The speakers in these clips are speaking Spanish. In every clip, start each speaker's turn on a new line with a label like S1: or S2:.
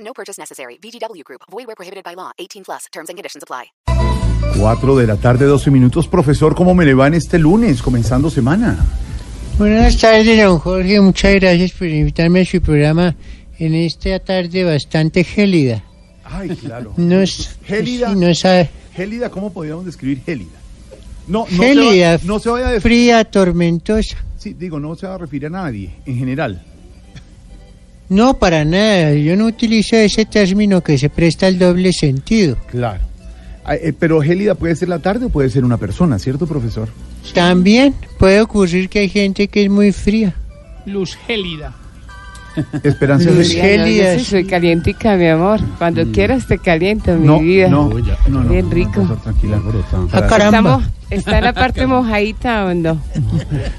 S1: No purchase necessary. VGW Group. Void where prohibited by law. 18 plus. Terms and conditions apply.
S2: 4 de la tarde, 12 minutos. Profesor, ¿cómo me le va en este lunes, comenzando semana?
S3: Buenas tardes, don Jorge. Muchas gracias por invitarme a su programa en esta tarde bastante gélida.
S2: Ay, claro.
S3: No es,
S2: Gélida.
S3: No es a-
S2: Gélida, ¿cómo podríamos describir Gélida? No, no,
S3: gélida,
S2: Se va, no se vaya a def-
S3: fría, tormentosa.
S2: sí, digo, no se va a referir a nadie, en general.
S3: No, para nada. Yo no utilizo ese término que se presta al doble sentido.
S2: Claro. Ah, eh, pero Gélida puede ser la tarde o puede ser una persona, ¿cierto, profesor?
S3: También puede ocurrir que hay gente que es muy fría.
S4: Luz gélida.
S2: Esperanza
S3: Luz
S2: Gélida.
S3: Gélida.
S5: Yo sí soy calientica, mi amor. Cuando quieras te caliento, mi
S2: Mm. No,
S5: vida.
S2: no, no, no,
S5: Bien
S2: no,
S5: rico.
S2: profesor, tranquila,
S3: Ah,
S2: brota.
S3: caramba.
S5: Estamos, está en la parte mojadita o no.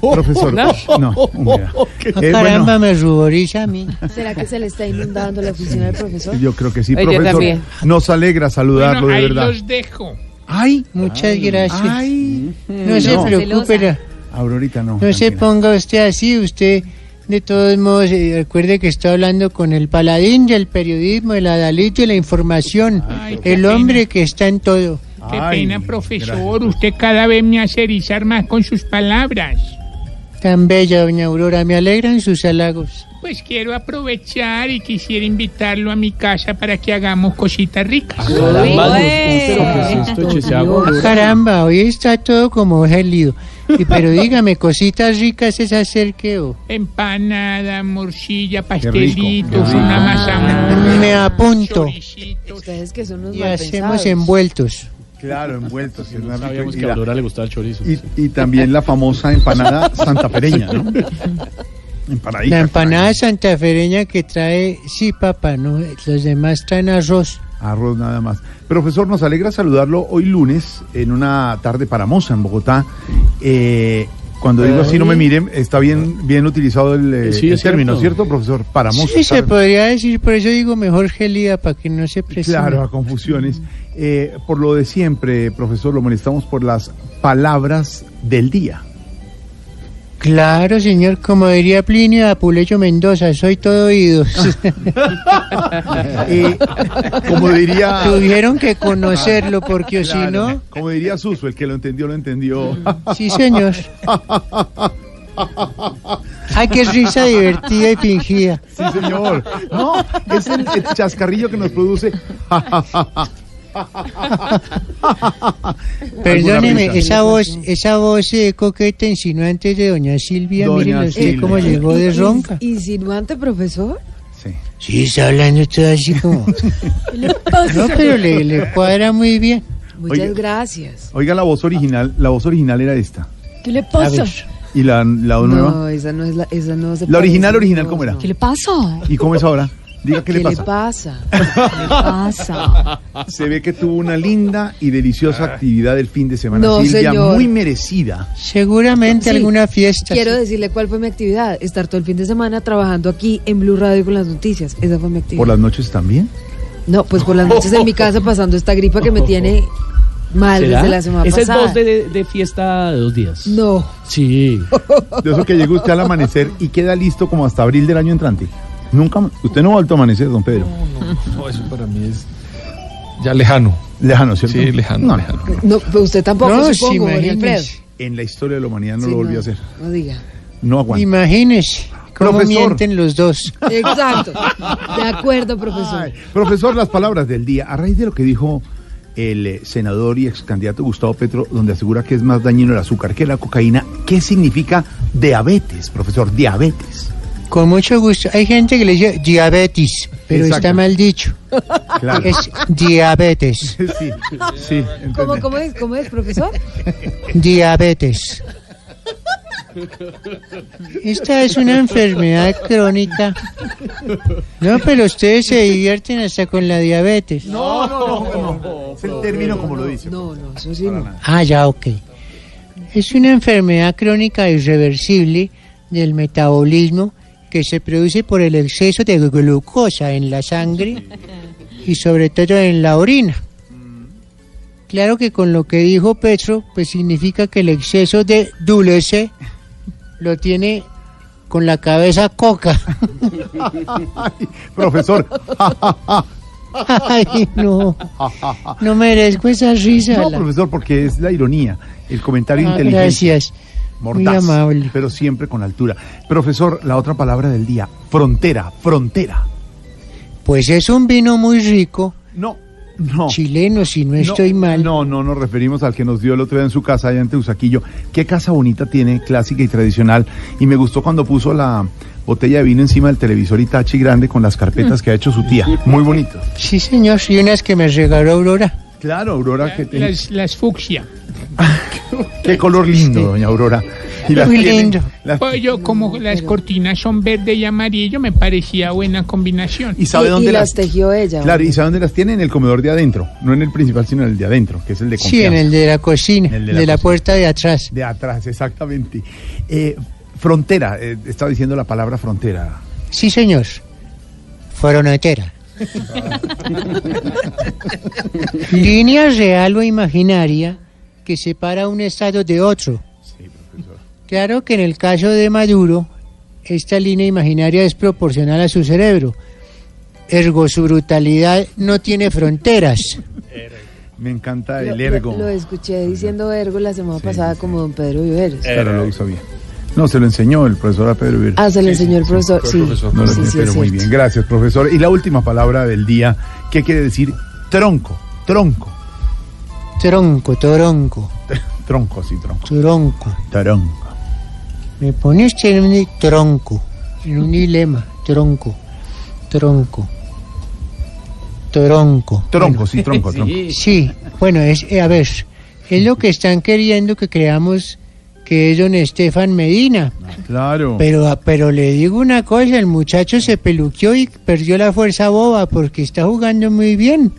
S2: Profesor, no,
S5: No.
S2: humedad. Eh,
S3: Ah,
S2: bueno,
S3: caramba, me ruboriza a mí.
S6: ¿Será que se le está inundando la oficina del profesor?
S2: Yo creo que sí,
S5: Oye, yo
S2: profesor.
S5: también.
S2: Nos alegra saludarlo,
S4: Bueno,
S2: de
S4: ahí
S2: verdad.
S4: los dejo.
S2: Ay,
S3: Muchas gracias.
S2: ay.
S3: no, se
S2: no.
S3: preocupe.
S6: Celosa.
S2: Aurorita no.
S3: No se
S2: tranquila.
S3: ponga usted así, usted de todos modos eh, recuerde que está hablando con el paladín del periodismo, el adalid de la información,
S4: Ay, qué
S3: el
S4: pena.
S3: hombre que está en todo.
S4: Qué
S2: Ay,
S4: pena,
S2: gracias.
S4: profesor. Usted cada vez me hace erizar más con sus palabras.
S3: Tan bella doña Aurora, me alegran sus halagos.
S4: Pues quiero aprovechar y quisiera invitarlo a mi casa para que hagamos cositas ricas.
S3: Ah, caramba, hoy está todo como gélido. Y pero dígame, cositas ricas es hacer oh, qué o
S4: Empanada, morcilla,
S2: qué
S4: pastelitos,
S2: rico.
S4: una masa.
S3: me apunto
S4: choricitos.
S6: Ustedes que son unos
S3: y
S6: malpensados.
S3: hacemos envueltos.
S2: Claro, envueltos. sí, una rica-
S7: Sabíamos
S2: y,
S7: que a
S2: la-
S7: Aurora le gustaba el chorizo.
S2: y- y también la famosa empanada santapereña, ¿no? Empanadita.
S3: La empanada santafereña que trae, sí papá, no, los demás traen arroz.
S2: caray. Arroz nada más. Profesor, nos alegra saludarlo hoy lunes en una tarde paramosa en Bogotá. Eh, cuando digo así, no me miren, está bien, bien utilizado el, eh,
S7: Sí,
S2: el
S7: es
S2: término,
S7: cierto.
S2: ¿cierto, profesor? Paramosa.
S3: Sí, se
S2: tarde-
S3: podría decir, por eso digo mejor gelida, para que no se presione.
S2: Claro, a confusiones. Eh, por lo de siempre, profesor, lo molestamos por las palabras del día.
S3: Claro, señor, como diría Plinio Apuleyo Mendoza, soy todo oídos.
S2: Eh, como diría...
S3: Tuvieron que conocerlo, porque o si
S2: Claro,
S3: no,
S2: Como diría Suso, el que lo entendió, lo entendió.
S3: sí, señor. Ay, qué risa divertida y fingida.
S2: sí, señor. No, es el, el chascarrillo que nos produce.
S3: Perdóneme,
S2: risa.
S3: esa voz, esa voz eh, coqueta insinuante de doña Silvia,
S2: Doña
S3: miren usted
S6: Eh,
S2: Silvia.
S3: cómo llegó de
S6: Ins-
S3: ronca.
S6: ¿Insinuante, profesor?
S2: Sí.
S3: Sí, está hablando todo así como...
S6: ¿Qué le pasa?
S3: No, pero le, le cuadra muy bien.
S6: Muchas
S2: Oye.
S6: gracias.
S2: Oiga, la voz original, la voz original era esta.
S6: ¿Qué le
S3: A
S6: pasa?
S3: ver.
S2: Y la, la nueva.
S6: No, esa no es la, esa no se
S2: La original,
S6: parece,
S2: original,
S6: no,
S2: ¿cómo era?
S6: no.
S2: ¿Qué
S6: ¿Qué le pasa?
S2: ¿Y cómo es ahora? Diga qué, le pasa.
S6: ¿Qué le pasa?
S2: Se ve que tuvo una linda y deliciosa actividad del fin de semana.
S6: No,
S2: Silvia,
S6: señor.
S2: muy merecida.
S3: Seguramente
S6: Sí.
S3: alguna fiesta.
S6: Quiero
S3: sí.
S6: decirle cuál fue mi actividad. Estar todo el fin de semana trabajando aquí en Blue Radio con las noticias. Esa fue mi actividad.
S2: ¿Por las noches también?
S6: No, pues por las noches en mi casa pasando esta gripa que me tiene mal desde la semana
S7: Esa es
S6: pasada.
S7: voz de, de fiesta de dos días.
S6: No,
S7: Sí.
S2: De eso que llega usted al amanecer y queda listo como hasta abril del año entrante. Nunca, usted no ha vuelto a amanecer, don Pedro.
S8: No, eso para mí es ya lejano.
S2: Lejano, ¿cierto?
S8: Sí, lejano,
S2: No,
S8: lejano.
S6: no, pero usted tampoco,
S3: No, sí,
S6: supongo, Jorge Alfredo.
S3: imagínese.
S2: En la historia de la humanidad no
S6: Sí,
S2: lo volvió a hacer.
S6: No diga.
S2: No aguanta.
S3: Imagínese cómo
S2: Profesor.
S3: mienten los dos.
S6: Exacto. De acuerdo, profesor.
S2: Ay, profesor, las palabras del día. A raíz de lo que dijo el eh, senador y ex candidato Gustavo Petro, donde asegura que es más dañino el azúcar que la cocaína, ¿qué significa diabetes, profesor? Diabetes.
S3: Con mucho gusto. Hay gente que le dice diabetes, pero
S2: Exacto.
S3: está mal dicho.
S2: Claro.
S3: Es diabetes,
S2: Sí, sí.
S6: ¿Cómo,
S2: entendé.
S6: cómo es, cómo es, profesor?
S3: diabetes. Esta es una enfermedad crónica. No, pero ustedes se divierten hasta con la diabetes.
S2: No, no, no, no. Es el término como lo dice.
S6: No, no, eso sí no.
S3: Ah, ya, ok. Es una enfermedad crónica irreversible del metabolismo que se produce por el exceso de glucosa en la sangre y sobre todo en la orina. Claro que con lo que dijo Petro, pues significa que el exceso de dulce lo tiene con la cabeza coca.
S2: Ay, profesor.
S3: Ay, no. No merezco esa risa.
S2: No,
S3: la-
S2: profesor, porque es la ironía, el comentario
S3: Ah,
S2: inteligente.
S3: gracias.
S2: Mortaz,
S3: Muy amable.
S2: pero siempre con altura. Profesor, la otra palabra del día, frontera, frontera.
S3: Pues es un vino muy rico,
S2: No, no.
S3: chileno, si no estoy
S2: no,
S3: mal.
S2: No, no nos referimos al que nos dio el otro día en su casa allá en Teusaquillo. Qué casa bonita tiene, clásica y tradicional. Y me gustó cuando puso la botella de vino encima del televisor Itachi grande con las carpetas que ha hecho su tía. Muy bonito.
S3: Sí, señor, y unas que me regaló Aurora.
S2: Claro, Aurora, que tiene-
S4: Las, las fucsia.
S2: qué color lindo, doña Aurora. Y
S3: Muy
S2: tiene-
S3: lindo.
S2: las-
S4: Pues yo, como las cortinas son verde y amarillo, me parecía buena combinación.
S2: y sabe
S6: Y-
S2: dónde
S6: y las tejió ella.
S2: Claro, y sabe dónde las tiene en el comedor de adentro, no en el principal, sino en el de adentro, que es el de
S3: Sí, en
S2: confianza.
S3: el de la cocina,
S2: En el
S3: de
S2: de
S3: la,
S2: la cocina.
S3: puerta de atrás.
S2: De atrás, exactamente. Eh, frontera, eh, estaba diciendo la palabra frontera.
S3: Sí, señor. Fronotera. Línea real o imaginaria que separa un estado de otro.
S2: Sí, profesor.
S3: Claro que en el caso de Maduro, esta línea imaginaria es proporcional a su cerebro. Ergo, su brutalidad no tiene fronteras.
S2: Me encanta
S6: Lo-
S2: el ergo.
S6: Lo, lo escuché diciendo ergo la semana pasada como don Pedro Viveros.
S2: Claro, lo hizo bien. No, se lo enseñó el profesor a Pedro Viveros.
S6: Ah, se lo enseñó el profesor. Sí,
S8: profesor.
S2: No lo
S6: sí,
S2: tiene,
S6: sí,
S2: pero
S6: es
S2: muy
S6: cierto.
S2: bien. Gracias, profesor. Y la última palabra del día, ¿qué quiere decir? Tronco, tronco.
S3: Tronco, toronco,
S2: Tronco, sí, tronco.
S3: tronco.
S2: Tronco.
S3: Me poniste en un tronco, en un dilema. Tronco, tronco, tronco.
S2: Tronco, sí, tronco, tronco.
S3: Sí, bueno, es, eh, a ver, es lo que están queriendo que creamos que es don Estefan Medina.
S2: Claro.
S3: Pero, ah, pero le digo una cosa, el muchacho se peluqueó y perdió la fuerza boba porque está jugando muy bien.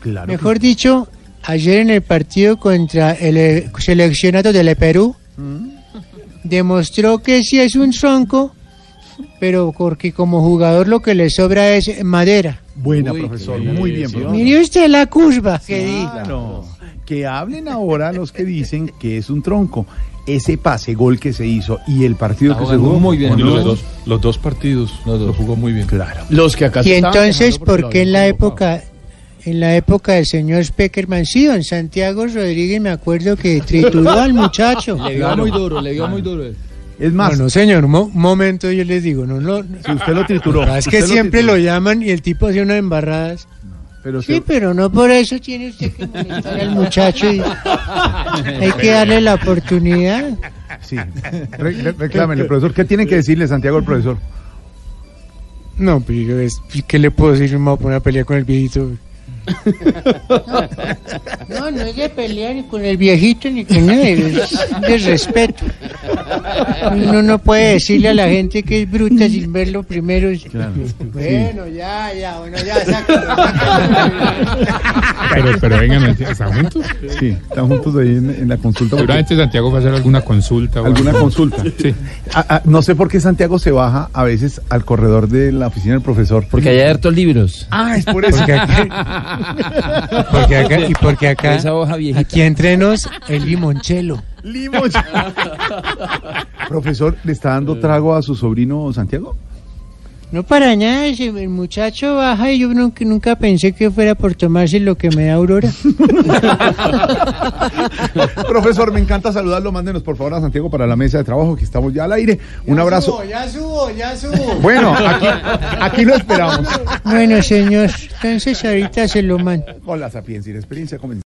S2: Claro.
S3: Mejor dicho, ayer en el partido contra el eh, seleccionado del Perú,
S2: Mm.
S3: demostró que sí es un tronco, pero porque como jugador lo que le sobra es madera.
S2: Buena, profesor. Muy bien, profesor.
S3: Mire usted la curva que di.
S2: Claro. Que hablen ahora los que dicen que es un tronco. Ese pase gol que se hizo y el partido
S7: Está
S2: que se
S7: jugando
S2: jugó
S7: muy bien.
S2: con
S8: Y
S7: No.
S8: Los, dos, los dos partidos lo jugó muy bien.
S2: Claro.
S7: Los que acá se
S3: Y
S7: estaban
S3: entonces,
S7: quejando porque
S3: ¿por qué en
S7: habían
S3: la
S7: convocado.
S3: época, en la época del señor Speckerman, sí, don Santiago Rodríguez, me acuerdo que trituró al muchacho?
S7: Le dio muy duro, le dio muy duro.
S2: Es
S3: No,
S2: más,
S3: no, señor, un mo- momento yo les digo, no, no, no.
S2: si usted lo trituró.
S3: Ah, Es que
S2: usted
S3: siempre lo
S2: trituró,
S3: llaman y el tipo hace unas embarradas.
S2: Pero
S3: Sí,
S2: se-
S3: pero no por eso tiene usted que molestar al muchacho y hay que darle la oportunidad.
S2: sí. Re- re- reclámenle, profesor. ¿Qué tiene que decirle Santiago al profesor?
S3: No, pues, ¿qué le puedo decir? Me voy a poner a pelear con el viejito. No, no es de pelear ni con el viejito ni con él, es de respeto. Uno no puede decirle a la gente que es bruta sin verlo primero. Bueno, ya, ya, bueno, ya, sácalo, sácalo.
S8: Pero, pero vengan, ¿están juntos?
S2: Sí, están juntos ahí en, en la consulta. porque-
S8: Seguramente Santiago va a hacer alguna consulta. o
S2: ¿Alguna
S8: algo.
S2: consulta?
S8: Sí.
S2: Ah, ah, no sé por qué Santiago se baja a veces al corredor de la oficina del profesor.
S7: Porque hay hartos libros.
S2: Ah, es por eso.
S3: Porque acá, y porque acá,
S7: Esa hoja viejita.
S3: aquí entre nos, el limonchelo.
S2: Limón. Profesor, ¿le está dando trago a su sobrino Santiago?
S3: No para nada, ese- el muchacho baja y yo nunca, nunca pensé que fuera por tomarse lo que me da Aurora.
S2: Profesor, me encanta saludarlo. Mándenos por favor a Santiago para la mesa de trabajo que estamos ya al aire. Un abrazo.
S3: Ya subo, ya subo.
S2: Bueno, aquí, aquí lo esperamos.
S3: Bueno, señor, entonces ahorita se lo mando.
S2: Con la sapiencia y la experiencia comenzamos.